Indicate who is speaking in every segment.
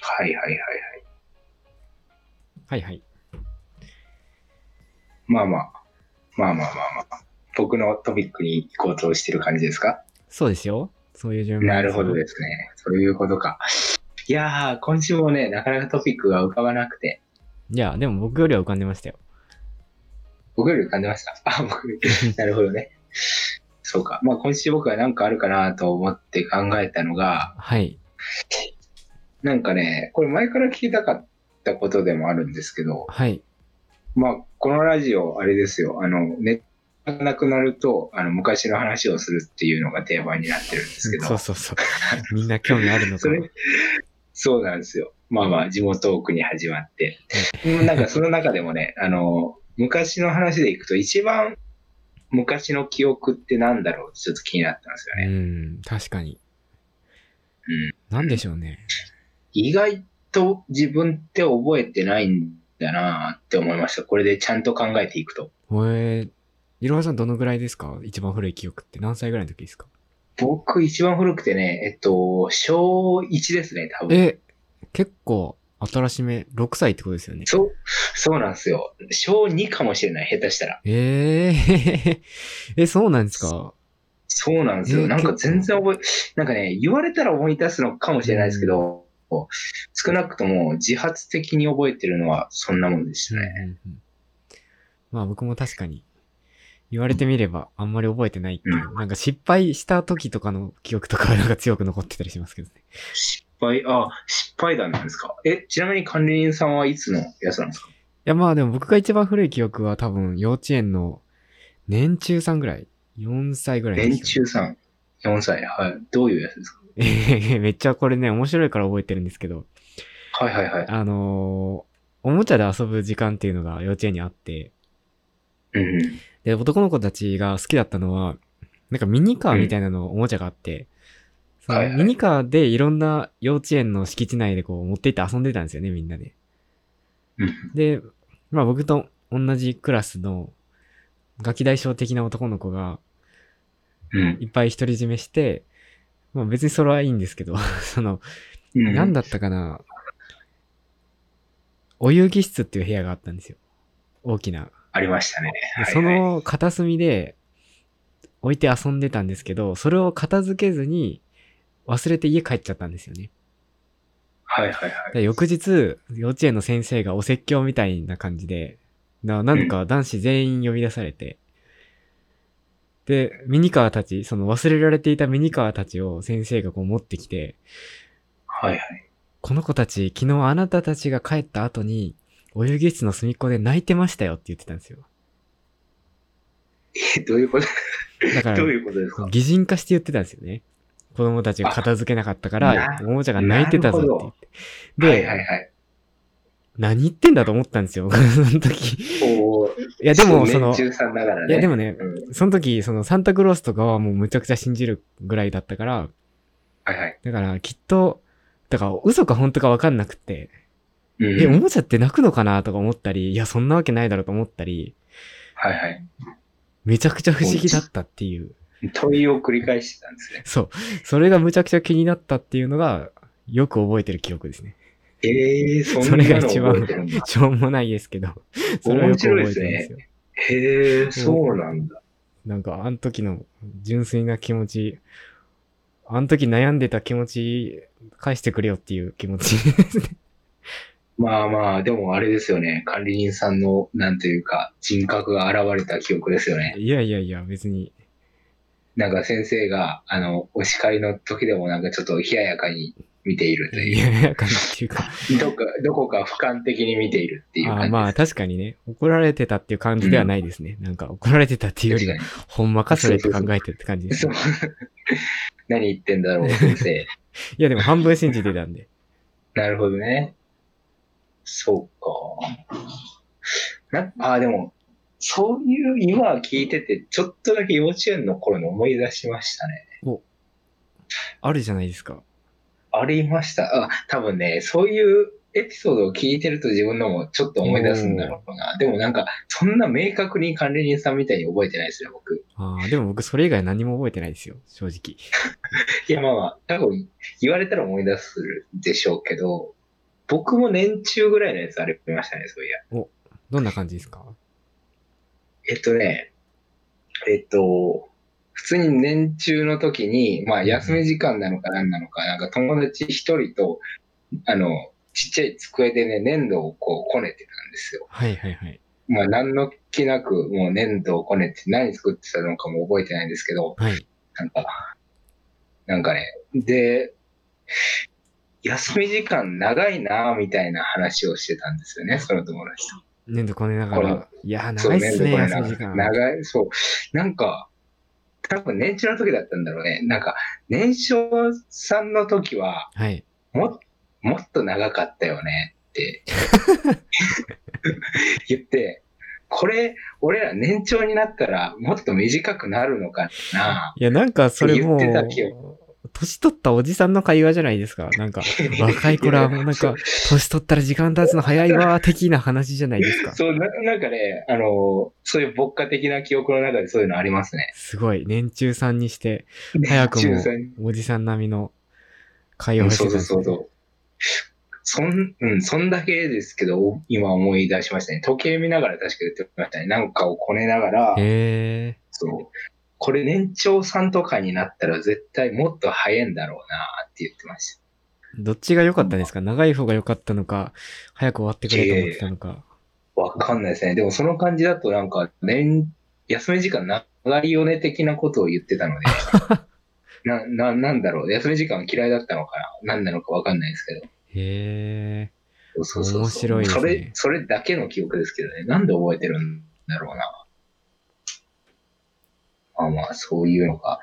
Speaker 1: はいはいはいはい。
Speaker 2: はいはい。
Speaker 1: まあまあ、まあまあまあまあ。僕のトピックに行こうとしてる感じですか
Speaker 2: そうですよ。そういう順番。
Speaker 1: なるほどですね。そういうことか。いやー、今週もね、なかなかトピックが浮かばなくて、
Speaker 2: いや、でも僕よりは浮かんでましたよ。
Speaker 1: 僕より浮かんでました。 あ、僕、なるほどね。そうか。まあ今週僕は何かあるかなと思って考えたのが、
Speaker 2: はい。
Speaker 1: なんかね、これ前から聞きたかったことでもあるんですけど、
Speaker 2: はい。
Speaker 1: まあこのラジオ、あれですよ、あの、ネタがなくなると、あの、昔の話をするっていうのが定番になってるんですけど、
Speaker 2: そうそうそう。みんな興味あるの
Speaker 1: そ
Speaker 2: か
Speaker 1: れ、そうなんですよ。まあまあ、地元奥に始まって。うんなんかその中でもね、あの、昔の話でいくと、一番昔の記憶ってなんだろうってちょっと気になったんですよ
Speaker 2: う
Speaker 1: ね。
Speaker 2: ん、確かに。
Speaker 1: うん。
Speaker 2: なんでしょうね。
Speaker 1: 意外と自分って覚えてないんだなって思いました。これでちゃんと考えていくと。
Speaker 2: ほえー、いろはさんどのぐらいですか一番古い記憶って何歳ぐらいの時ですか
Speaker 1: 僕一番古くてね、えっと、小1ですね、多分。
Speaker 2: え、結構新しめ、6歳ってことですよね。
Speaker 1: そう、そうなんですよ。小2かもしれない、下手したら。
Speaker 2: えー、 え、そうなんですか
Speaker 1: そうなんですよ。
Speaker 2: えー
Speaker 1: なんか
Speaker 2: 結構
Speaker 1: 全然覚え、なんかね、言われたら思い出すのかもしれないですけど、少なくとも自発的に覚えてるのはそんなもんでしたね。
Speaker 2: うんうんうんまあ僕も確かに言われてみればあんまり覚えてないっていう、なんか失敗した時とかの記憶とかはなんか強く残ってたりしますけどね。
Speaker 1: 失敗、あ、失敗談なんですか。え、ちなみに管理人さんはいつのやつなんですか
Speaker 2: いやまあでも僕が一番古い記憶は多分幼稚園の年中さんぐらい、4歳ぐらいの
Speaker 1: 年
Speaker 2: 時
Speaker 1: 中
Speaker 2: か
Speaker 1: さん、4歳。はい。どういうやつですか
Speaker 2: な。 めっちゃこれね面白いから覚えてるんですけど、
Speaker 1: はいはいはい。
Speaker 2: あのーおもちゃで遊ぶ時間っていうのが幼稚園にあって、
Speaker 1: うんうん。
Speaker 2: で、男の子たちが好きだったのは、なんかミニカーみたいなの、おもちゃがあって、そ
Speaker 1: はいは
Speaker 2: の
Speaker 1: い
Speaker 2: ミニカーでいろんな幼稚園の敷地内でこう持って行って遊んでたんですよね、みんなで。
Speaker 1: うん
Speaker 2: で、まあ僕と同じクラスのガキ大将的な男の子が
Speaker 1: うん。
Speaker 2: いっぱい独り占めして、まあ別にそれはいいんですけど、 その、
Speaker 1: うん。
Speaker 2: なんだったかな、お遊戯室っていう部屋があったんですよ。大きな。
Speaker 1: ありましたね。
Speaker 2: で
Speaker 1: はい
Speaker 2: その片隅で置いて遊んでたんですけど、それを片付けずに忘れて家帰っちゃったんですよね。
Speaker 1: はいはいはい。
Speaker 2: で翌日、幼稚園の先生がお説教みたいな感じで、ななんか男子全員呼び出されて、で、ミニカーたち、その忘れられていたミニカーたちを先生がこう持ってきて、
Speaker 1: はいはい。
Speaker 2: この子たち、昨日あなたたちが帰った後に、お遊戯室の隅っこで泣いてましたよって言ってたんですよ。
Speaker 1: え、どういうこと、
Speaker 2: だから、
Speaker 1: どういうことですか
Speaker 2: 擬人化して言ってたんですよね。子供たちが片付けなかったか
Speaker 1: あ
Speaker 2: ら、おもちゃが泣いてたぞって言って。で、
Speaker 1: はいはいはい。
Speaker 2: 何言ってんだと思ったんですよ、僕その時。い
Speaker 1: おー
Speaker 2: や、でも、その、
Speaker 1: 年中さんだから
Speaker 2: い
Speaker 1: ね。
Speaker 2: や、でもね、
Speaker 1: うん、
Speaker 2: その時、そのサンタクロースとかはもうむちゃくちゃ信じるぐらいだったから、
Speaker 1: はいはい。
Speaker 2: だからきっと、だから嘘か本当かわかんなくて、
Speaker 1: うん
Speaker 2: え、おもちゃって泣くのかなとか思ったり、いや、そんなわけないだろうと思ったり、
Speaker 1: はいはい。
Speaker 2: めちゃくちゃ不思議だったっていう。
Speaker 1: 問いを繰り返してたんですね。
Speaker 2: そう。それがむちゃくちゃ気になったっていうのが、よく覚えてる記憶ですね。
Speaker 1: ええー、そ
Speaker 2: そ
Speaker 1: んな
Speaker 2: れが
Speaker 1: の覚え
Speaker 2: 一番
Speaker 1: てるんだ。
Speaker 2: しょうもないで すけど、それをよく覚えてるんですよ。
Speaker 1: へえー、そうなんだ。
Speaker 2: なんか、あの時の純粋な気持ち、あの時悩んでた気持ち、返してくれよっていう気 持ちですね。
Speaker 1: まあまあ、でもあれですよね。管理人さんの、なんというか、人格が現れた記憶ですよね。
Speaker 2: いやいやいや、別に。
Speaker 1: なんか先生が、あの、お叱りの時でもなんかちょっと冷ややかに見ていると
Speaker 2: い
Speaker 1: いう。
Speaker 2: やいや、かなっていうか。
Speaker 1: どっか、どこか俯瞰的に見ているっていう感
Speaker 2: あ
Speaker 1: じ
Speaker 2: ーまあ、確かにね、怒られてたっていう感じではないですね。なんか、怒られてたっていうよりは、
Speaker 1: 確か
Speaker 2: ほんまかそれって考えてるって感じ
Speaker 1: に
Speaker 2: です、
Speaker 1: そう
Speaker 2: ね。。
Speaker 1: 何言ってんだろう、先生。
Speaker 2: いや、でも半分信じてたんで。
Speaker 1: なるほどね。そうか。なあ、でも、そういう、今聞いてて、ちょっとだけ幼稚園の頃の思い出しましたね。
Speaker 2: あるじゃないですか。
Speaker 1: ありました。あ、多分ね、そういうエピソードを聞いてると自分のもちょっと思い出すんだろうな。でもなんか、そんな明確に管理人さんみたいに覚えてないですね、僕。
Speaker 2: ああ、でも僕それ以外何も覚えてないですよ、正直。
Speaker 1: いや、まあまあ、多分、言われたら思い出すでしょうけど、僕も年中ぐらいのやつありましたね、そういや。
Speaker 2: どんな感じですか
Speaker 1: えっとね、えっと、普通に年中の時に、まあ休み時間なのか何なのか、なんか友達一人と、あの、ちっちゃい机でね、粘土をこうこねてたんですよ。
Speaker 2: はいはいはい。
Speaker 1: まあ何の気なく、もう粘土をこねて何作ってたのかも覚えてないんですけど、
Speaker 2: はい。
Speaker 1: なんか、なんかね、で、休み時間長いなぁみたいな話をしてたんですよね、その友達と。
Speaker 2: 粘土こねなが
Speaker 1: こ
Speaker 2: ら。いやー、
Speaker 1: そう
Speaker 2: 長いっすね、
Speaker 1: ね
Speaker 2: 休み時間。
Speaker 1: 長い、そう。なんか、多分年長の時だったんだろうね。なんか、年少さんの時は、
Speaker 2: はい。
Speaker 1: も、もっと長かったよねって 言って、これ、俺ら年長になったらもっと短くなるのかない
Speaker 2: や、なんかそれも
Speaker 1: 言ってた記
Speaker 2: う、年取ったおじさんの会話じゃないですか。な んか、 若い頃はもうなんか、年取ったら時間経つの早いわ、的な話じゃない ですか。
Speaker 1: そうな、なんかね、あの、そういう牧歌的な記憶の中でそういうのありますね。
Speaker 2: すごい、年中さんにして、早く
Speaker 1: 中
Speaker 2: も
Speaker 1: 3に
Speaker 2: おじさん並みの会話をし
Speaker 1: そ
Speaker 2: てた
Speaker 1: うんそ
Speaker 2: で
Speaker 1: う
Speaker 2: す
Speaker 1: そうそ
Speaker 2: ね。
Speaker 1: う。そん、うん、そんだけですけど、今思い出しましたね。時計見ながら確か言ってましたね。なんかをこねながら、
Speaker 2: へ
Speaker 1: そう。これ年長さんとかになったら絶対もっと早いんだろうなって言ってました。
Speaker 2: ー。どっちが良かったんですか長い方が良かったのか、早く終わってくれと思ってたのか。
Speaker 1: わかんないですね。でもその感じだとなんか、年、休み時間長いよね的なことを言ってた ので、な、な、なんだろう。休み時間嫌いだったのかななんなのかわかんないですけど。
Speaker 2: へ
Speaker 1: そうそうそう。
Speaker 2: 面白いですね
Speaker 1: それ、それだけの記憶ですけどね。なんで覚えてるんだろうな。まあまあ、そういうのが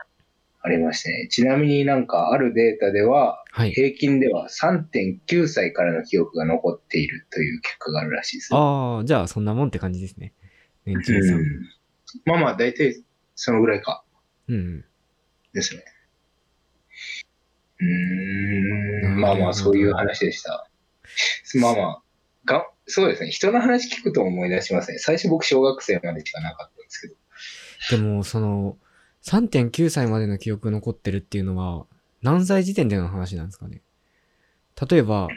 Speaker 1: ありましてね。ちなみになんかあるデータでは、
Speaker 2: ー。はい。
Speaker 1: 平均では3.9歳からの記憶が残っているという結果があるらしいです。
Speaker 2: ああ、じゃあそんなもんって感じですね。年中
Speaker 1: う
Speaker 2: さん。
Speaker 1: ん。まあまあ、大体そのぐらいか。
Speaker 2: うんうん。
Speaker 1: ですね。うーん。まあまあ、
Speaker 2: なるほど
Speaker 1: そういう話でした。まあまあが、そうですね。人の話聞くと思い出しますね。最初僕、小学生までしかなかったんですけど。
Speaker 2: でも、その、3.9歳までの記憶残ってるっていうのは、何歳時点での話なんですかね例えば、
Speaker 1: あ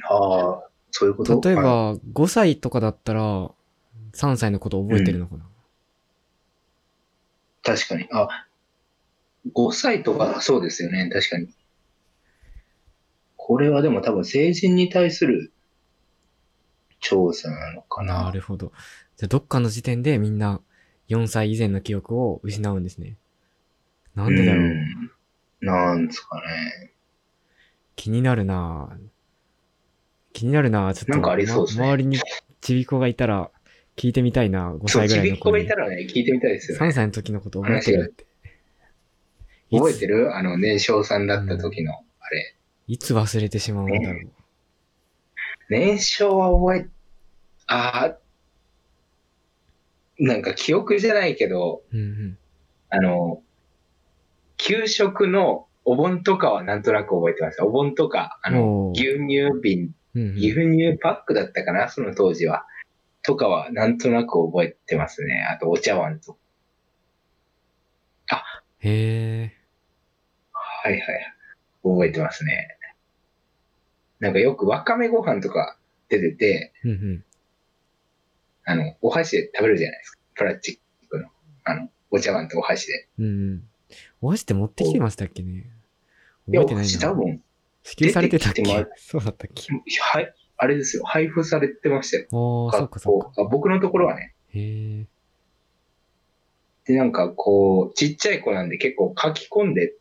Speaker 1: あ、そういうこと
Speaker 2: 例え
Speaker 1: はい
Speaker 2: ば、5歳とかだったら、3歳のこと覚えてるのかな、
Speaker 1: 確かに。あ、5歳とか、そうですよね。確かに。これはでも多分、成人に対する調査なのかな。
Speaker 2: なるほど。じゃあ、どっかの時点でみんな、4歳以前の記憶を失うんですね。なんでだろう。
Speaker 1: んなんですかね。
Speaker 2: 気になるなぁ気になるなぁちょっと。
Speaker 1: なんかありそうですね
Speaker 2: ま周りにちびこがいたら、聞いてみたいな5
Speaker 1: そう、
Speaker 2: 歳ぐ
Speaker 1: ち
Speaker 2: らい
Speaker 1: び
Speaker 2: の
Speaker 1: っ子
Speaker 2: 子
Speaker 1: が
Speaker 2: に
Speaker 1: いたらね、聞いてみたいですよね。
Speaker 2: 3歳の時のこと覚えてるって。
Speaker 1: 覚えて
Speaker 2: る
Speaker 1: るあの、年少さんだった時の、あれ。
Speaker 2: いつ忘れてしまうんだろう。
Speaker 1: 年少は覚え、ああ、なんか記憶じゃないけど、
Speaker 2: うんうん。
Speaker 1: あの、給食のお盆とかはなんとなく覚えてます。お盆とか、あの
Speaker 2: お、ー
Speaker 1: 牛乳瓶、
Speaker 2: うんうん
Speaker 1: 牛乳パックだったかな、その当時は。とかはなんとなく覚えてますね。あと、お茶碗とか。
Speaker 2: へえ。
Speaker 1: はいはいはい。覚えてますね。なんかよくわかめご飯とか出てて、
Speaker 2: うんうん。
Speaker 1: あの、お箸で食べるじゃないですか。プラスチックの。あの、お茶碗とお箸で。
Speaker 2: うんうん。お箸って持ってきてましたっけね
Speaker 1: いや、
Speaker 2: 覚え
Speaker 1: お
Speaker 2: てない
Speaker 1: 箸多
Speaker 2: な。
Speaker 1: 分、
Speaker 2: 支給されてたっけ
Speaker 1: 出てきても
Speaker 2: そうだったっけ
Speaker 1: はい、あれですよ。配布されてましたよ。
Speaker 2: おー、そっかそ
Speaker 1: 学
Speaker 2: っ
Speaker 1: 校
Speaker 2: か。
Speaker 1: あ僕のところはね。
Speaker 2: へえ。
Speaker 1: で、なんかこう、ちっちゃい子なんで結構書き込んで、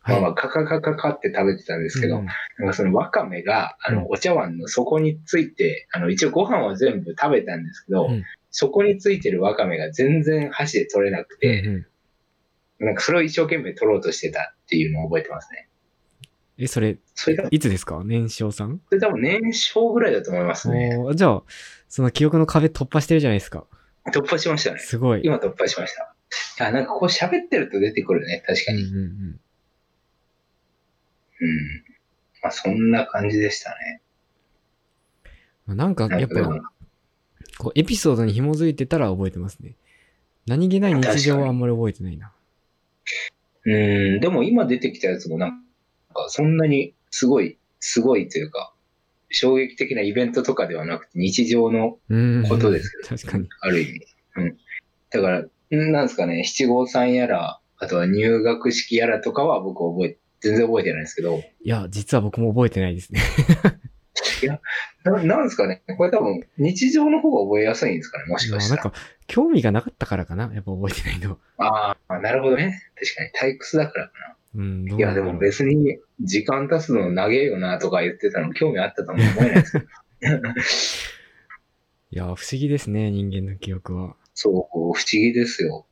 Speaker 2: はい。
Speaker 1: まあまあ、カカカカカって食べてたんですけど、
Speaker 2: うんうん
Speaker 1: なんかそのわかめが、あ
Speaker 2: うん
Speaker 1: の、お茶碗の底について、あの、一応ご飯は全部食べたんですけど、
Speaker 2: うん
Speaker 1: そこについてるわかめが全然箸で取れなくて、
Speaker 2: うんうん
Speaker 1: なんかそれを一生懸命取ろうとしてたっていうのを覚えてますね。
Speaker 2: え、それ、
Speaker 1: それ多分
Speaker 2: いつですか年少さん
Speaker 1: それ多分年少ぐらいだと思いますね。
Speaker 2: おーじゃあ、その記憶の壁突破してるじゃないですか。
Speaker 1: 突破しましたね。
Speaker 2: すごい。
Speaker 1: 今突破しました。あ、なんかこう喋ってると出てくるね。確か
Speaker 2: うんう
Speaker 1: に。
Speaker 2: んうん。
Speaker 1: うん。まあそんな感じでしたね。
Speaker 2: まあなんか、
Speaker 1: な
Speaker 2: や
Speaker 1: ん
Speaker 2: っ
Speaker 1: か
Speaker 2: ぱり、こう、エピソードに紐づいてたら覚えてますね。何気ない日常はあんまり覚えてないな。
Speaker 1: うん、でも今出てきたやつもなんかそんなにすごい、すごいというか、衝撃的なイベントとかではなくて、日常の
Speaker 2: うん。
Speaker 1: ことですけど、
Speaker 2: 確かに。
Speaker 1: ある意味。うん。だから、んなんですかね、七五三やら、あとは入学式やらとかは僕覚え、全然覚えてないですけど、
Speaker 2: いや、実は僕も覚えてないですね。
Speaker 1: ななんですかね、これ多分日常の方が覚えやすいんですかね、もしかし
Speaker 2: ま
Speaker 1: たら
Speaker 2: あなん。か、興味がなかったからかな。やっぱ覚えてないの。
Speaker 1: ああ、なるほどね。確かに退屈だからか
Speaker 2: うん、ど
Speaker 1: な。
Speaker 2: う
Speaker 1: い
Speaker 2: な
Speaker 1: や、
Speaker 2: んだ
Speaker 1: で
Speaker 2: ろう
Speaker 1: も別に時間経つの長えよなとか言ってたの興味あったとも思えないです けど。
Speaker 2: いや、不思議ですね、人間の記憶は。
Speaker 1: そう、不思議ですよ。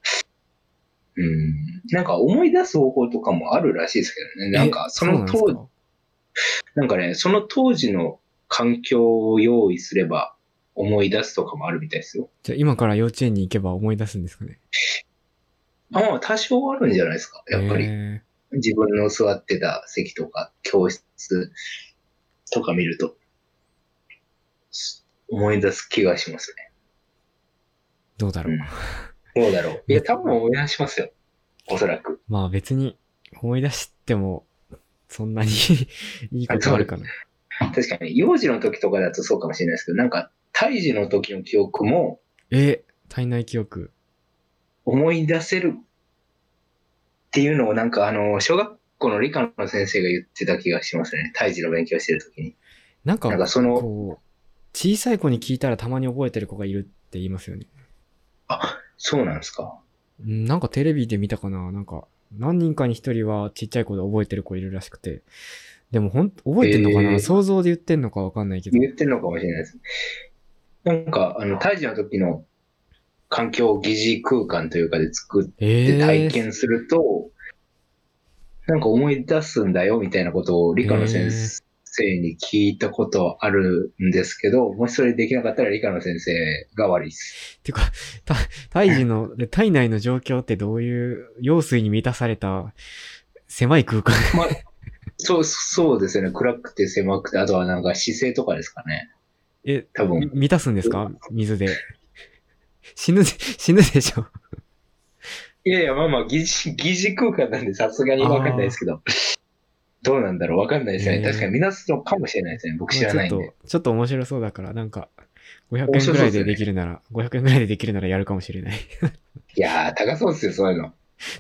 Speaker 1: うん。なんか思い出す方法とかもあるらしいですけどね。なんか
Speaker 2: え
Speaker 1: その当
Speaker 2: そう
Speaker 1: 時、
Speaker 2: なん
Speaker 1: な
Speaker 2: ですか
Speaker 1: んかね、その当時の環境を用意すれば思い出すとかもあるみたいですよ。
Speaker 2: じゃあ今から幼稚園に行けば思い出すんですかね。
Speaker 1: あまあ多少あるんじゃないですか。やっぱり。
Speaker 2: え
Speaker 1: 自分の座ってた席とか教室とか見るとす思い出す気がします
Speaker 2: ーどうだろう。
Speaker 1: うんね。どうだろう。いや、多分思い出しますよ。おそらく。
Speaker 2: まあ別に思い出しても、そんなに いいことあるかな。
Speaker 1: 確かに、幼児の時とかだとそうかもしれないですけど、なんか、胎児の時の記憶も
Speaker 2: え、体内記憶。
Speaker 1: 思い出せるっていうのを、なんか、あの、小学校の理科の先生が言ってた気がしますね。胎児の勉強してる時に。
Speaker 2: なんか
Speaker 1: なん、か、その、
Speaker 2: こう、小さい子に聞いたらたまに覚えてる子がいるって言いますよね。
Speaker 1: そうなんですか。
Speaker 2: うんなんかテレビで見たかななんか、何人かに一人はちっちゃい子で覚えてる子いるらしくて。でもほん、覚えてんのかな、
Speaker 1: えー
Speaker 2: 想像で言ってんのかわかんないけど。
Speaker 1: 言ってるのかもしれないです。なんか、あの、胎児の時の環境を疑似空間というかで作っ
Speaker 2: え
Speaker 1: て
Speaker 2: ー
Speaker 1: 体験すると、なんか思い出すんだよみたいなことを理科の先生に聞いたことはあるんですけど、もしそれできなかったら理科の先生が悪いです。
Speaker 2: てか、た胎児の、で体内の状況ってどういう、羊水に満たされた狭い空間。
Speaker 1: そう、そうですよね。暗くて狭くて、あとはなんか姿勢とかですかね。
Speaker 2: え、
Speaker 1: 多
Speaker 2: み
Speaker 1: 分。
Speaker 2: 満たすんですか水で。死ぬで、 死ぬでしょ。
Speaker 1: いやいや、まあまあ、疑似、疑似空間なんでさすがにわかんないですけど。どうなんだろうわかんないですよね。
Speaker 2: えー
Speaker 1: 確かに見なすのかもしれないですね。僕知らないん
Speaker 2: まあち
Speaker 1: で
Speaker 2: ょ。っと、ちょっと面白そうだから、なんか、
Speaker 1: 面
Speaker 2: 500円
Speaker 1: 白
Speaker 2: ぐ
Speaker 1: そう
Speaker 2: ら
Speaker 1: で
Speaker 2: い
Speaker 1: す
Speaker 2: で
Speaker 1: よね
Speaker 2: できるなら、500円ぐらいでできるならやるかもしれない。
Speaker 1: いやー、高そうですよ、そういうの。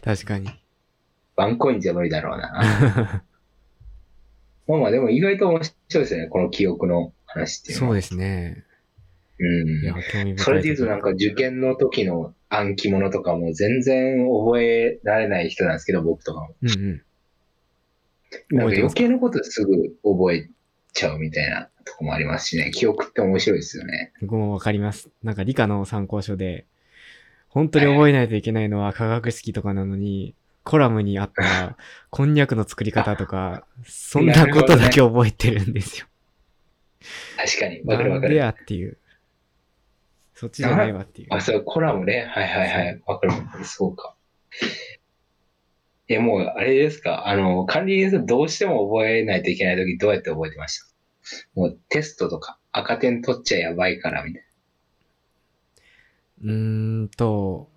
Speaker 2: 確か に。
Speaker 1: ワンコインじゃ無理だろうな。まあまあ、でも意外と面白いですよね。この記憶の話っていうの
Speaker 2: そう
Speaker 1: は。
Speaker 2: ですね。いや
Speaker 1: う、
Speaker 2: 興味深い。
Speaker 1: ん。それで言うとなんか受験の時の暗記物とかも全然覚えられない人なんですけど、僕とかも。
Speaker 2: うんうん。
Speaker 1: なんか
Speaker 2: 覚えてま
Speaker 1: 余
Speaker 2: すか
Speaker 1: 計なことすぐ覚えちゃうみたいなとこもありますしね。記憶って面白いですよね。
Speaker 2: 僕もわかります。なんか理科の参考書で、本当に覚えないといけないのは化学式とかなのに、コラムに あった、こんにゃくの作り方とか、そんなことだけ覚えてるんですよ。
Speaker 1: 確かに。わ
Speaker 2: な
Speaker 1: かるわ
Speaker 2: ん
Speaker 1: か
Speaker 2: で
Speaker 1: る。
Speaker 2: やっていう。そっちじゃないわっていう。
Speaker 1: あ、そう、コラムね。はいはいはい。わかるわかる。そうか。え、もう、あれですか。あの、管理人さんどうしても覚えないといけないとき、どうやって覚えてましたもう、テストとか、赤点取っちゃやばいから、みたいな。
Speaker 2: うーんと、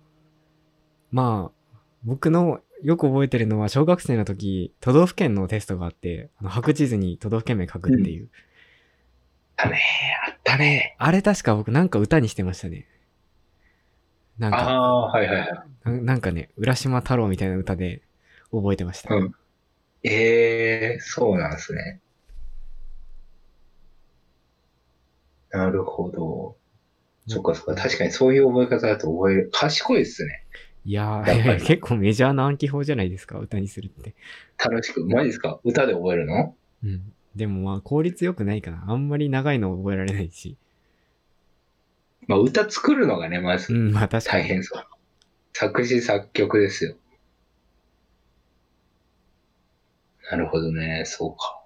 Speaker 2: まあ、僕のよく覚えてるのは、小学生の時、都道府県のテストがあって、あの白地図に都道府県名書くっていう。
Speaker 1: あったねあったね
Speaker 2: あれ確か僕なんか歌にしてましたね。なんか、
Speaker 1: ああー、はいはいはい。
Speaker 2: ななんかね、浦島太郎みたいな歌で覚えてました。
Speaker 1: うんええー、そうなんですね。なるほど。そっかそっか。確かにそういう覚え方だと覚える。賢いですね。
Speaker 2: いや
Speaker 1: やっぱ
Speaker 2: ー、
Speaker 1: り
Speaker 2: 結構メジャーな暗記法じゃないですか、歌にするって。
Speaker 1: 楽しく。マジですか歌で覚えるの
Speaker 2: うん。でもまあ、効率良くないかな。あんまり長いの覚えられないし。
Speaker 1: まあ、歌作るのがね、まず
Speaker 2: う。ん、まあ確かに。
Speaker 1: 大変そう。作詞作曲ですよ。なるほどね、そうか。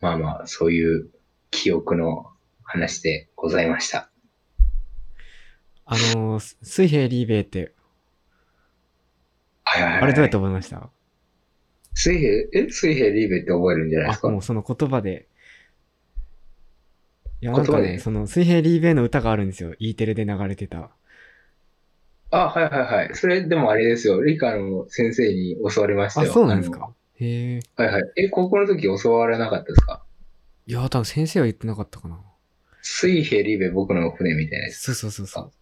Speaker 1: まあまあ、そういう記憶の話でございました。
Speaker 2: あのー、す水平リーベイって、
Speaker 1: はいはいはい。
Speaker 2: あれどうやって覚えました
Speaker 1: 水平、え水平リーベって覚えるんじゃないです
Speaker 2: あ、
Speaker 1: か
Speaker 2: もうその言葉で。いや、なんか
Speaker 1: 言葉
Speaker 2: ね、
Speaker 1: で
Speaker 2: その水平リーベイの歌があるんですよ。E テレで流れてた。
Speaker 1: あ、はいはいはい。それでもあれですよ。理科の先生に教わりました
Speaker 2: あ、
Speaker 1: よ。
Speaker 2: そうなんですか。へえ。
Speaker 1: あのはいはい。え、高校の時教わらなかったですか
Speaker 2: いや、多分先生は言ってなかったかな。
Speaker 1: 水平リベ僕の船みたいなやつ。
Speaker 2: そうそうそうそう。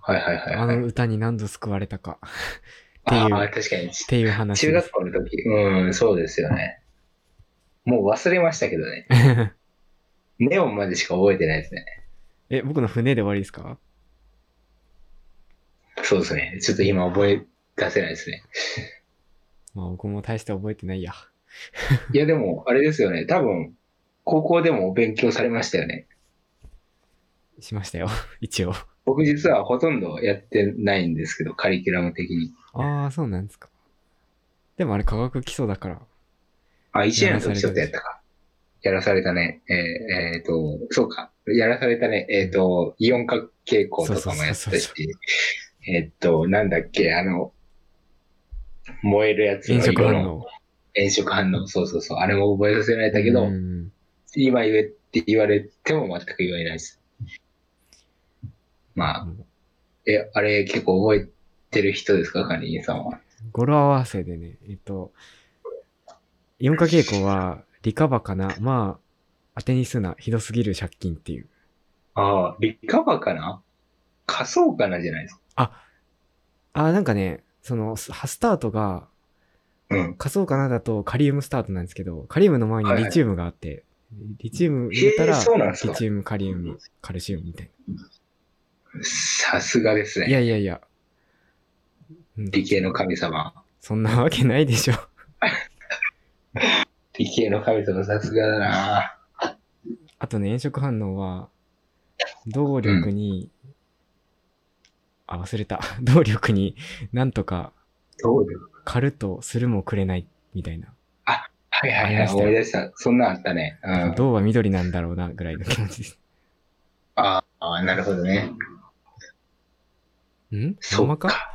Speaker 1: はいはいはい、
Speaker 2: あ
Speaker 1: はい。
Speaker 2: の歌に何度救われたかっていう
Speaker 1: ああ、確かに。
Speaker 2: っていう話
Speaker 1: 中
Speaker 2: で
Speaker 1: 学
Speaker 2: す。
Speaker 1: 校の時、うん、そうですよね。もう忘れましたけどね。ネオンまでしか覚えてないですね。
Speaker 2: え、僕の船で終わりですか
Speaker 1: そうですね。ちょっと今覚え出せないですね。
Speaker 2: まあ僕も大して覚えてないや。
Speaker 1: いやでも、あれですよね。多分、高校でもお勉強されましたよね。
Speaker 2: しましたよ。 一応。
Speaker 1: 僕実はほとんどやってないんですけど、カリキュラム的に。
Speaker 2: ああ、そうなんですか。でもあれ科学基礎だから。
Speaker 1: あ、1年の時ちょっとやったか。やらされたね。えーえーと、そうか。やらされたね。えっ、と、イオン化傾向とかもやっ
Speaker 2: そうそう
Speaker 1: た
Speaker 2: そうそ
Speaker 1: し。えっと、なんだっけ、あの、燃えるやつ
Speaker 2: 飲
Speaker 1: の
Speaker 2: 食
Speaker 1: 色
Speaker 2: 反
Speaker 1: の
Speaker 2: 応。
Speaker 1: 炎色反応。そうそうそう。あれも覚えさせられたけど、
Speaker 2: うん
Speaker 1: 今言えって言われても全く言われないです。まあ、え、あれ結構覚えてる人ですか、カニさんは。
Speaker 2: 語呂合わせでね、えっと、イオン化傾向は、リカバかな、まあ、当てにすな、ひどすぎる借金っていう。
Speaker 1: ああ、リカバーかな仮想かなじゃないですか。
Speaker 2: あーなんかね、その、ススタートが、
Speaker 1: うん。
Speaker 2: 仮想かなだとカリウムスタートなんですけど、カリウムの前にリチウムがあって、リチウム入れた
Speaker 1: えー
Speaker 2: ら、
Speaker 1: そうなんです
Speaker 2: リ
Speaker 1: か
Speaker 2: チウム、カリウム、カルシウムみたい
Speaker 1: さすがです
Speaker 2: な。
Speaker 1: ね。
Speaker 2: いやいやいや。うん
Speaker 1: 理系の神様。
Speaker 2: そんなわけないでしょ。
Speaker 1: 理系の神様さすがだな
Speaker 2: あとね、炎色反 応は、動力に、あ、忘れた。 動力に、なんとか、
Speaker 1: どうよ
Speaker 2: 狩るとするもくれない、みたいな。
Speaker 1: はいはい
Speaker 2: あり
Speaker 1: は
Speaker 2: ま
Speaker 1: い、
Speaker 2: したよ
Speaker 1: 思い出した。そんなんあったね。うん。
Speaker 2: 銅は緑なんだろうな、ぐらいの気持ちです。
Speaker 1: ああ、なるほどね。
Speaker 2: ん
Speaker 1: そ
Speaker 2: ほん ま
Speaker 1: う
Speaker 2: か
Speaker 1: か。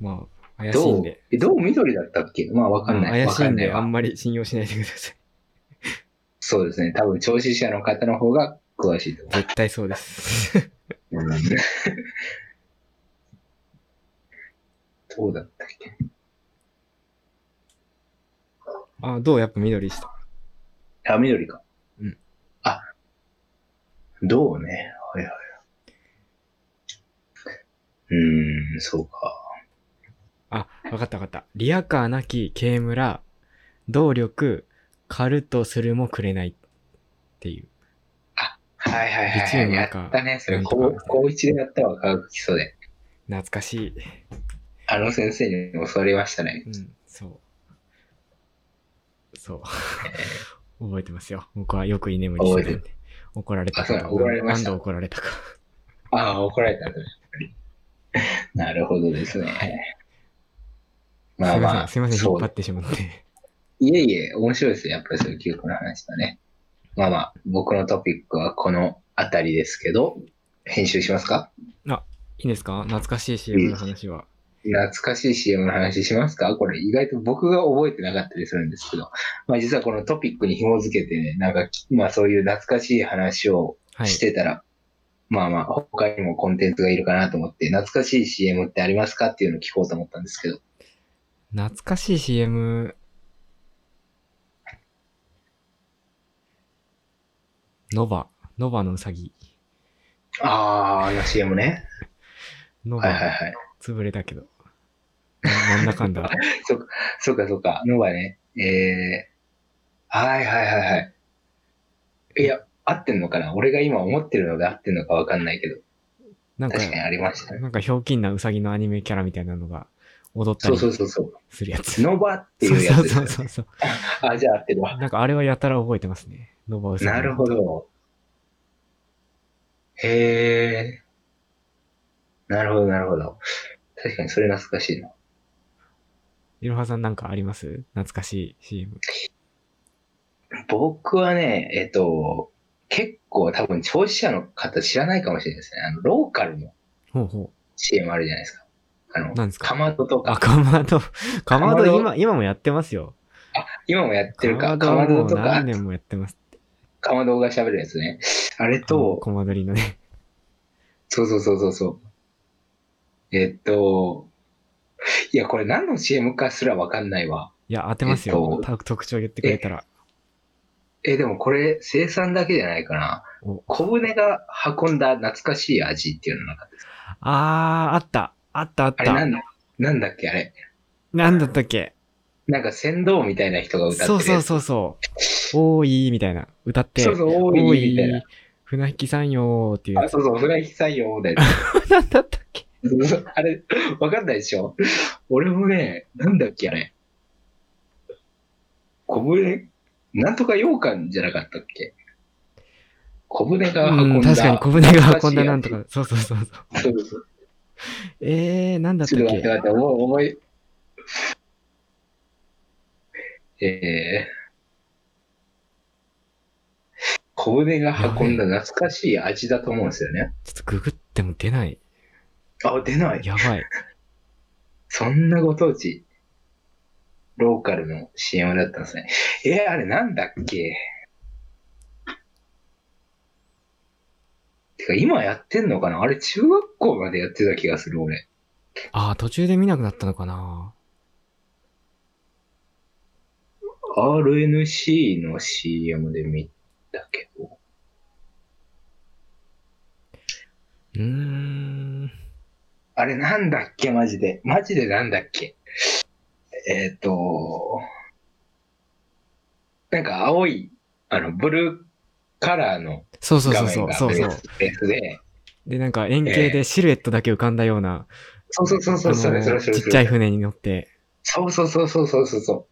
Speaker 2: まあ、怪しい
Speaker 1: ど
Speaker 2: ん
Speaker 1: う
Speaker 2: で。、
Speaker 1: えどう緑だったっけまあわかんない。
Speaker 2: 怪
Speaker 1: わ
Speaker 2: しい
Speaker 1: か
Speaker 2: ん
Speaker 1: んない
Speaker 2: で、あん
Speaker 1: わ。
Speaker 2: まり信用しないでください。
Speaker 1: そうですね。多分、聴取者の方の方が詳しいと思
Speaker 2: 絶対そうです。
Speaker 1: う。どうだったっけ
Speaker 2: あ、銅やっぱ緑でした。
Speaker 1: あ、緑か。
Speaker 2: うん。
Speaker 1: あ、どうね。はいはい。うーん、そうか。
Speaker 2: あ、わかったわかった。リアカーなき軽村、動力、狩るとするもくれない。っていう。
Speaker 1: はいはい
Speaker 2: リチ
Speaker 1: は
Speaker 2: ウ
Speaker 1: い。
Speaker 2: ム
Speaker 1: や
Speaker 2: なん
Speaker 1: っ
Speaker 2: か
Speaker 1: たね。それ、
Speaker 2: なんと
Speaker 1: 高
Speaker 2: か
Speaker 1: 高一でやったわ、科学基礎で。
Speaker 2: 懐かしい。
Speaker 1: あの先生に教わりましたね。
Speaker 2: うん、そう。そう。 覚えてますよ。僕はよく居眠りしてたんで。怒られた
Speaker 1: あ
Speaker 2: か
Speaker 1: そう
Speaker 2: と。
Speaker 1: 怒られました
Speaker 2: 何度怒られたか。
Speaker 1: ああ、怒られたんだね。なるほどですね。まあまあ、
Speaker 2: すいません、すいません、
Speaker 1: そ
Speaker 2: 引
Speaker 1: う
Speaker 2: っ張ってしまって。
Speaker 1: いえいえ、面白いですよ。やっぱりそういう記憶の話だね。まあまあ、僕のトピックはこのあたりですけど、編集しますか
Speaker 2: いいんですか懐かしい CM の話は。
Speaker 1: 懐かしい CM の話しますかこれ意外と僕が覚えてなかったりするんですけど、まあ実はこのトピックに紐づけてね、なんかき、まあそういう懐かしい話を
Speaker 2: はい。
Speaker 1: してたら、まあまあ、他にもコンテンツがいるかなと思って、懐かしい CM ってありますかっていうのを聞こうと思ったんですけど、
Speaker 2: 懐かしい CM。ノバ。ノバのうさぎ。
Speaker 1: あー、あの CM ね。
Speaker 2: ノ
Speaker 1: はいはい
Speaker 2: バ、
Speaker 1: はい。
Speaker 2: 潰れたけど。ななんだかん だ。
Speaker 1: そうかそうか、のがね、えー、はいはいはいはい。いや、合ってんのかな俺が今思ってるのが合ってんのかわかんないけど、
Speaker 2: なんか、
Speaker 1: 確かにありましたね。
Speaker 2: なんかひょうきんなうさぎのアニメキャラみたいなのが踊った
Speaker 1: そう
Speaker 2: り
Speaker 1: そうそうそう。
Speaker 2: するやつ。
Speaker 1: ノバっていうやつです
Speaker 2: そ
Speaker 1: よ
Speaker 2: う
Speaker 1: ね
Speaker 2: そうそうそう。
Speaker 1: あ、じゃあ合ってるわ。
Speaker 2: なんかあれはやたら覚えてますね。ノバウサギ
Speaker 1: なるほ。ど。へえ。なるほど、なるほど。確かにそれ懐かしいな。
Speaker 2: いろはさんなんかあります懐かしい CM。
Speaker 1: 僕はね、えっと、結構多分聴取者の方知らないかもしれないですね。あの、ローカルの
Speaker 2: ほうほ
Speaker 1: CM あるじゃないですか。あの
Speaker 2: う。、なんです
Speaker 1: か
Speaker 2: か
Speaker 1: まどと
Speaker 2: あ、
Speaker 1: か、
Speaker 2: かまど。かま
Speaker 1: かま
Speaker 2: ど
Speaker 1: ど
Speaker 2: 今、今もやってますよ。
Speaker 1: 今もやってるか、か
Speaker 2: か
Speaker 1: ま
Speaker 2: まど
Speaker 1: ど
Speaker 2: も
Speaker 1: と
Speaker 2: う
Speaker 1: か
Speaker 2: 何、年もやってます。
Speaker 1: かまどが喋るやつね。あれ
Speaker 2: と、
Speaker 1: と、
Speaker 2: コマ撮りのね。
Speaker 1: そうそうそうそうそう。えっと、いや、これ何の CM かすらわかんないわ。
Speaker 2: いや、当てます
Speaker 1: えっ
Speaker 2: よ
Speaker 1: と。
Speaker 2: た特徴言ってくれたら。
Speaker 1: え、でもこれ、生産だけじゃないかな
Speaker 2: お。
Speaker 1: 小舟が運んだ懐かしい味っていうのなかったですか
Speaker 2: あー、あった。あったあっ
Speaker 1: あれ
Speaker 2: た。
Speaker 1: なんだ、なんだっけ、あれ。
Speaker 2: なんだったっけ
Speaker 1: なんか船頭みたいな人が歌ってる
Speaker 2: そう
Speaker 1: やつ。
Speaker 2: そうそうそう。多いみたいな。歌って。
Speaker 1: そうそう、多
Speaker 2: 多
Speaker 1: いみたい
Speaker 2: い
Speaker 1: な。。
Speaker 2: 船引きさんよーっていう
Speaker 1: あ、
Speaker 2: やつ。
Speaker 1: そうそう、フライヒ採用で。
Speaker 2: なんだったっけ
Speaker 1: あれ、わかんないでしょ俺もね、なんだっけ、あれ。小舟、なんとか羊羹じゃなかったっけ小舟が
Speaker 2: う
Speaker 1: 運ん
Speaker 2: ん、
Speaker 1: だ。
Speaker 2: 確かに小舟が運んだなんと
Speaker 1: 懐
Speaker 2: か。そうそうそうそう。
Speaker 1: そうそう
Speaker 2: えー、なんだった
Speaker 1: ち
Speaker 2: っ
Speaker 1: ょっと待って
Speaker 2: け
Speaker 1: 待って、思い、思い。えー、小舟が運んだ懐かしい味だと思うんですよね。
Speaker 2: ちょっとググっても出ない。
Speaker 1: あ、出ない。
Speaker 2: やばい。
Speaker 1: そんなご当地、ローカルの CM だったんですね。 えーあれなんだっけてか、今やってんのかなあれ、中学校までやってた気がする、俺。
Speaker 2: あー、途中で見なくなったのかな
Speaker 1: RNC の CM で見たけど。
Speaker 2: うーん。
Speaker 1: あれなんだっけマジで。マジでなんだっけえっ、と、なんか青い、あの、ブルーカラーの
Speaker 2: そうそう
Speaker 1: 画
Speaker 2: そうそ
Speaker 1: 面
Speaker 2: う。
Speaker 1: が
Speaker 2: そう
Speaker 1: ベ
Speaker 2: そう
Speaker 1: ー。スベースで、
Speaker 2: で、なんか円形でシルエットだけ浮かんだような、
Speaker 1: そうそうそう
Speaker 2: あ
Speaker 1: そ
Speaker 2: の
Speaker 1: う、それそれそ
Speaker 2: ー
Speaker 1: れ
Speaker 2: ちっ
Speaker 1: そ
Speaker 2: ちゃい
Speaker 1: れ。
Speaker 2: 船に乗って。
Speaker 1: そうそうそうそうそうそうそ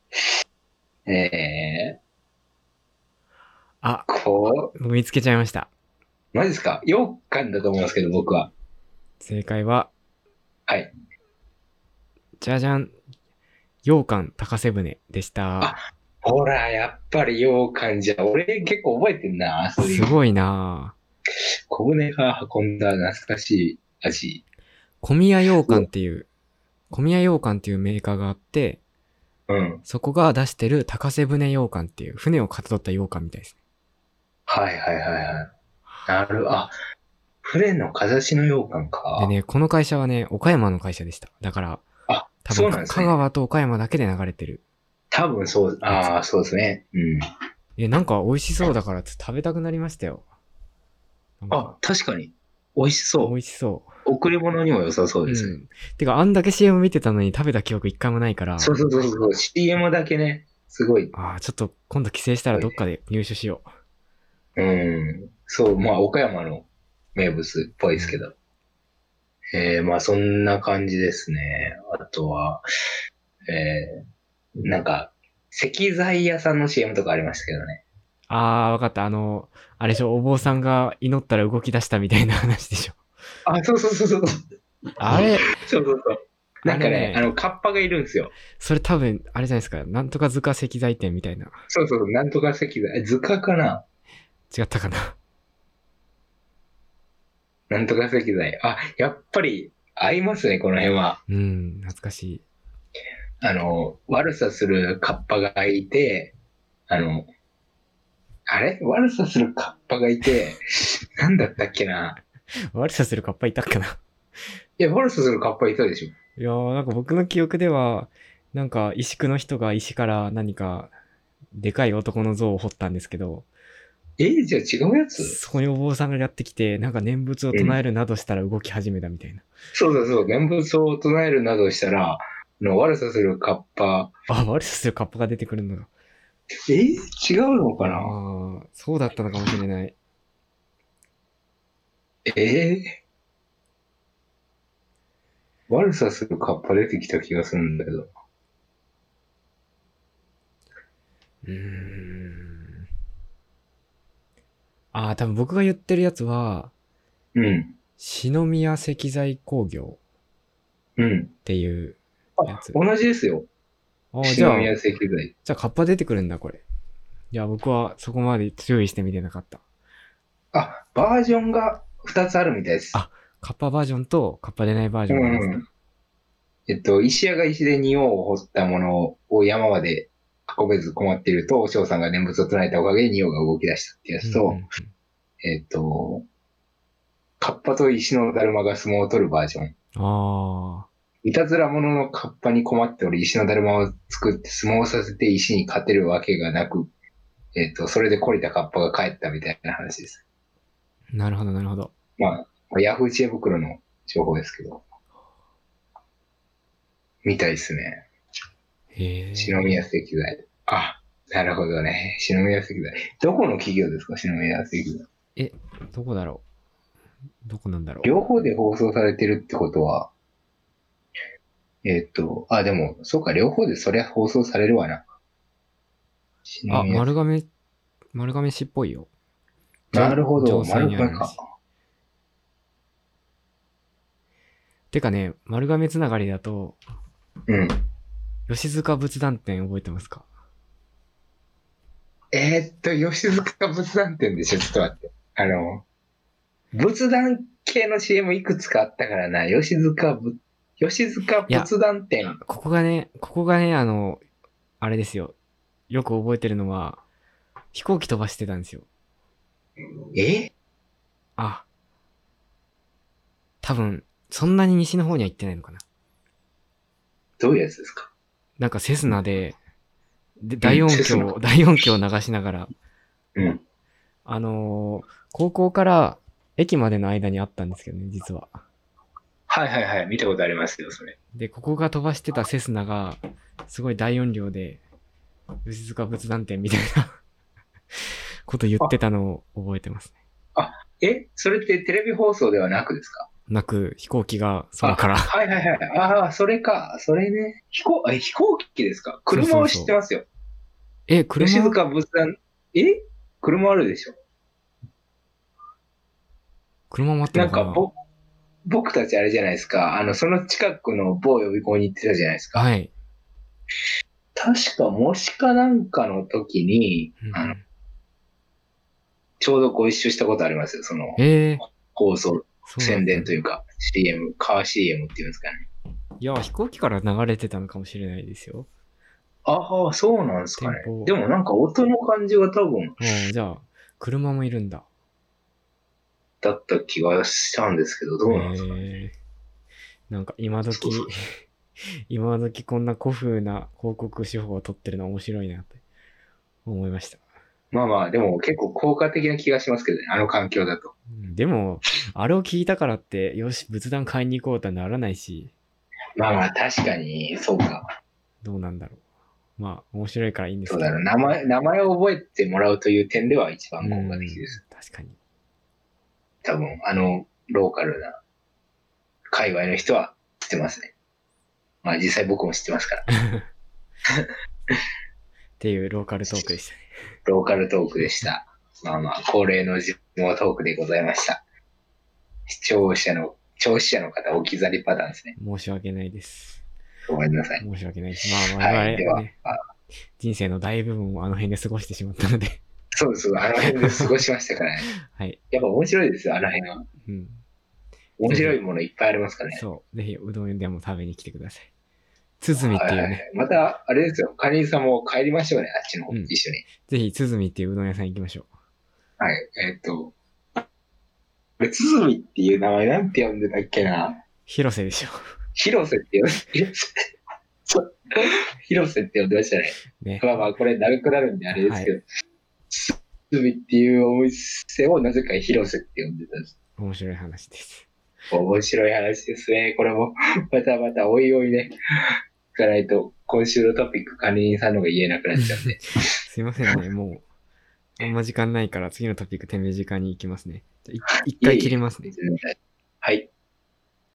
Speaker 1: う。え
Speaker 2: あ、
Speaker 1: ー、こ
Speaker 2: 僕見つけちゃいました。
Speaker 1: う、マジですか羊羹だと思うんですけど、僕は。
Speaker 2: 正解は、
Speaker 1: はい。
Speaker 2: じゃじゃん。羊羹高瀬船でした。
Speaker 1: ほら、やっぱり羊羹じゃ、俺結構覚えてんな、そうい
Speaker 2: す
Speaker 1: う。
Speaker 2: ごいなぁ。
Speaker 1: 小舟が運んだ懐かしい味。
Speaker 2: 小宮羊羹っていう、小宮羊羹っていうメーカーがあって、
Speaker 1: うん。
Speaker 2: そこが出してる高瀬船羊羹っていう、船をかたどった羊羹みたいですね。
Speaker 1: はいはいはいはい。なる、あ、フレンの風しの羊羹か。
Speaker 2: でね、この会社はね、岡山の会社でした。だから、
Speaker 1: あ、
Speaker 2: 多
Speaker 1: そう
Speaker 2: 分、
Speaker 1: なんです
Speaker 2: 香
Speaker 1: ね。
Speaker 2: 川と岡山だけで流れてる。
Speaker 1: 多分そう、ああ、そうですね。うん。
Speaker 2: え、なんか美味しそうだからちょっと食べたくなりましたよ。なんか
Speaker 1: あ、確かに。美味しそ
Speaker 2: 美
Speaker 1: う。
Speaker 2: 味しそう。
Speaker 1: 贈り物にも良さそうですね。
Speaker 2: ん。てか、あんだけ CM 見てたのに食べた記憶一回もないから、
Speaker 1: そうそうそうそう。CM だけね、すごい。
Speaker 2: ああ、ちょっと今度帰省したらどっかで入手しよう。
Speaker 1: うん。そう、まあ、岡山の名物っぽいですけど。えー、まあ、そんな感じですね。あとは、えー、なんか、石材屋さんの CM とかありましたけどね。
Speaker 2: ああ、わかった。あの、あれでしょ、お坊さんが祈ったら動き出したみたいな話でしょ。
Speaker 1: あ、そうそうそうそう。
Speaker 2: あれ、
Speaker 1: そうそうそう。 なんかね、
Speaker 2: あ
Speaker 1: あ
Speaker 2: れ
Speaker 1: の、カッパがいるんですよ。
Speaker 2: それ多分、あれじゃないですか。なんとか塚石材店みたいな。
Speaker 1: そうそう、なんとか石材、え図鑑かな
Speaker 2: 違ったかな。
Speaker 1: なんとか石材。あ、やっぱり、合いますね、この辺は。
Speaker 2: うん、懐かしい。
Speaker 1: あの、悪さするカッパがいて、あの、あれ悪さするカッパがいて、 なんだったっけな。
Speaker 2: 悪さするカッパいたっかな。
Speaker 1: いや、悪さするカッパいたでしょ。
Speaker 2: いやー、なんか僕の記憶では、なんか石工の人が石から何か、でかい男の像を彫ったんですけど、
Speaker 1: えー、じゃあ違うやつ
Speaker 2: そこにお坊さんがやってきて、なんか念仏を唱えるなどしたら動き始めたみたいな。
Speaker 1: そうそうそう、念仏を唱えるなどしたら、あの悪さするカッパ、
Speaker 2: あ、悪さするカッパが出てくるのよ。
Speaker 1: えー、違うのか
Speaker 2: あ
Speaker 1: な
Speaker 2: ーそうだったのかもしれない。
Speaker 1: ええ悪さするカッパ出てきた気がするんだけど。
Speaker 2: うーん。ああ、多分僕が言ってるやつは、
Speaker 1: うん。
Speaker 2: 篠宮石材工業
Speaker 1: うん。
Speaker 2: っていうやつ。
Speaker 1: 同じですよ。
Speaker 2: ああ、じゃ
Speaker 1: 篠
Speaker 2: あ、
Speaker 1: 宮
Speaker 2: じ
Speaker 1: 石材。
Speaker 2: ゃあカッパ出てくるんだ、これ。いや、僕はそこまで注意して見てなかった。
Speaker 1: あ、バージョンが2つあるみたいです。
Speaker 2: あカッパバージョンとカッパ出ないバージ
Speaker 1: う
Speaker 2: ョンがあ
Speaker 1: ん
Speaker 2: るん
Speaker 1: う
Speaker 2: です
Speaker 1: ん。えっと、石屋が石で仁王を掘ったものを山まで運べず困っていると、翔さんが念仏を唱えたおかげで仁王が動き出したってやつ
Speaker 2: か
Speaker 1: と、
Speaker 2: んんん
Speaker 1: えっと、カッパと石のだるまが相撲を取るバージョン。
Speaker 2: あ
Speaker 1: いたずら者のカッパに困っており、石のだるまを作って相撲をさせて石に勝てるわけがなく、えっ、と、それで懲りたカッパが帰ったみたいな話です。
Speaker 2: なるほど、なるほど。
Speaker 1: まあ、ヤフー知恵袋の情報ですけど。みたいですね。
Speaker 2: へえ。
Speaker 1: 篠宮石材。あ、なるほどね。篠宮石材。どこの企業ですか、篠宮石材。
Speaker 2: どこだろう。どこなんだろう。
Speaker 1: 両方で放送されてるってことは、えっ、と、あ、でも、そうか、両方でそりゃ放送されるわな。篠
Speaker 2: あ、
Speaker 1: 宮
Speaker 2: 丸亀、丸亀市っぽいよ。
Speaker 1: なるほど、
Speaker 2: 城西
Speaker 1: 丸
Speaker 2: にあ
Speaker 1: 亀
Speaker 2: りま
Speaker 1: か
Speaker 2: す。てかね、丸亀つながりだと、
Speaker 1: うん。
Speaker 2: 吉塚仏壇店覚えてますか
Speaker 1: えーっと、吉塚仏壇店でしょ、ちょっと待って。あの、仏壇系の CM いくつかあったからな、吉塚ぶ、吉塚仏壇店。
Speaker 2: ここがね、ここがね、あの、あれですよ。よく覚えてるのは、飛行機飛ばしてたんですよ。
Speaker 1: え
Speaker 2: あ。多分、そんなに西の方には行ってないのかな。
Speaker 1: どういうやつですか
Speaker 2: なんかセスナで、で大音
Speaker 1: セスナ
Speaker 2: 響、大音響流しながら、
Speaker 1: うん。
Speaker 2: あのー高校から駅までの間にあったんですけどね、実は。
Speaker 1: はいはいはい、見たことありますよ、それ。
Speaker 2: で、ここが飛ばしてたセスナが、すごい大音量で、吉塚仏壇店みたいなこと言ってたのを覚えてますね。
Speaker 1: えそれってテレビ放送ではなくですか
Speaker 2: なく、飛行機が空から。
Speaker 1: はいはいはい。ああ、それか。それね。飛行、え飛行機ですか
Speaker 2: そうそうそう
Speaker 1: 車を知ってますよ。
Speaker 2: え、車
Speaker 1: 吉塚仏壇、え車あるでしょ
Speaker 2: 車待って
Speaker 1: な
Speaker 2: る
Speaker 1: ん
Speaker 2: のか
Speaker 1: か
Speaker 2: な
Speaker 1: ぼ、僕たちあれじゃないですか。あの、その近くの某予備校に行ってたじゃないですか。
Speaker 2: はい。
Speaker 1: 確か、もしかなんかの時に、
Speaker 2: うん
Speaker 1: あの、ちょうどご一緒したことありますよ。その、
Speaker 2: えー、
Speaker 1: 放送、
Speaker 2: そうなん
Speaker 1: 宣
Speaker 2: だ
Speaker 1: 伝というか、CM、カー CM っていうんですかね。
Speaker 2: いや、飛行機から流れてたのかもしれないですよ。
Speaker 1: ああ、そうなんですかね
Speaker 2: 店舗。
Speaker 1: でもなんか音の感じが多分、
Speaker 2: うん、じゃあ、車もいるんだ。
Speaker 1: だった気がしたんですけど、どうなんですかね。
Speaker 2: えーなんか今時
Speaker 1: そうそう、
Speaker 2: 今時こんな古風な広告手法を取ってるの面白いなって思いました。
Speaker 1: まあまあ、でも結構効果的な気がしますけどね、あの環境だと。
Speaker 2: うんでも、あれを聞いたからって、よし、仏壇買いに行こうとはならないし、
Speaker 1: まあまあ、確かに、そうか。
Speaker 2: どうなんだろう。まあ、面白いからいいんです
Speaker 1: そ
Speaker 2: け
Speaker 1: う
Speaker 2: ど。
Speaker 1: だろう名前、名前を覚えてもらうという点では一番
Speaker 2: う
Speaker 1: 効
Speaker 2: ん
Speaker 1: 果的です。
Speaker 2: 確かに。
Speaker 1: 多分、あの、ローカルな、界隈の人は知ってますね。まあ実際僕も知ってます から。
Speaker 2: っていうローカルトークでしたね。
Speaker 1: ローカルトークでした。まあまあ、恒例の地元トークでございました。視聴者の、聴取者の方、置き去りパターンですね。
Speaker 2: 申し訳ないです。
Speaker 1: ごめんなさい。
Speaker 2: 申し訳ないです。まあ、我々、
Speaker 1: はい、
Speaker 2: ね
Speaker 1: では、あ
Speaker 2: 人生の大部分をあの辺で過ごしてしまったので、
Speaker 1: そうです、あの辺で過ごしましたからね。
Speaker 2: はい。
Speaker 1: やっぱ面白いですよ、あの辺は。
Speaker 2: うん。
Speaker 1: 面白いものいっぱいありますからね。
Speaker 2: そう。ぜひ、うどんでも食べに来てください。鼓っ
Speaker 1: は
Speaker 2: て
Speaker 1: い
Speaker 2: いう
Speaker 1: はいは
Speaker 2: ね。
Speaker 1: い、また、あれですよ、カニさんも帰りましょうね、あっちの方、
Speaker 2: うん
Speaker 1: 一緒に。
Speaker 2: ぜひ、鼓っていううどん屋さん行きましょ
Speaker 1: はい、えーっ、と、あれ、つづみっていう名前なんて呼んでたっけな
Speaker 2: う。広瀬でしょ。
Speaker 1: 広瀬って呼んで、そう広瀬って呼んでましたね。
Speaker 2: ね。
Speaker 1: まあまあ、これ長くなるんであれですけど、つづみっていうお店をなぜか広瀬って呼んでたんです。
Speaker 2: 面白い話です。
Speaker 1: 面白い話ですね。これも、またまたおいおいね、いかないと、今週のトピック管理人さんの方が言えなくなっちゃうんで。
Speaker 2: すいませんね、もう。あんま時間ないから、次のトピック手短に行きますね。じゃあい一回切りますね。
Speaker 1: はい。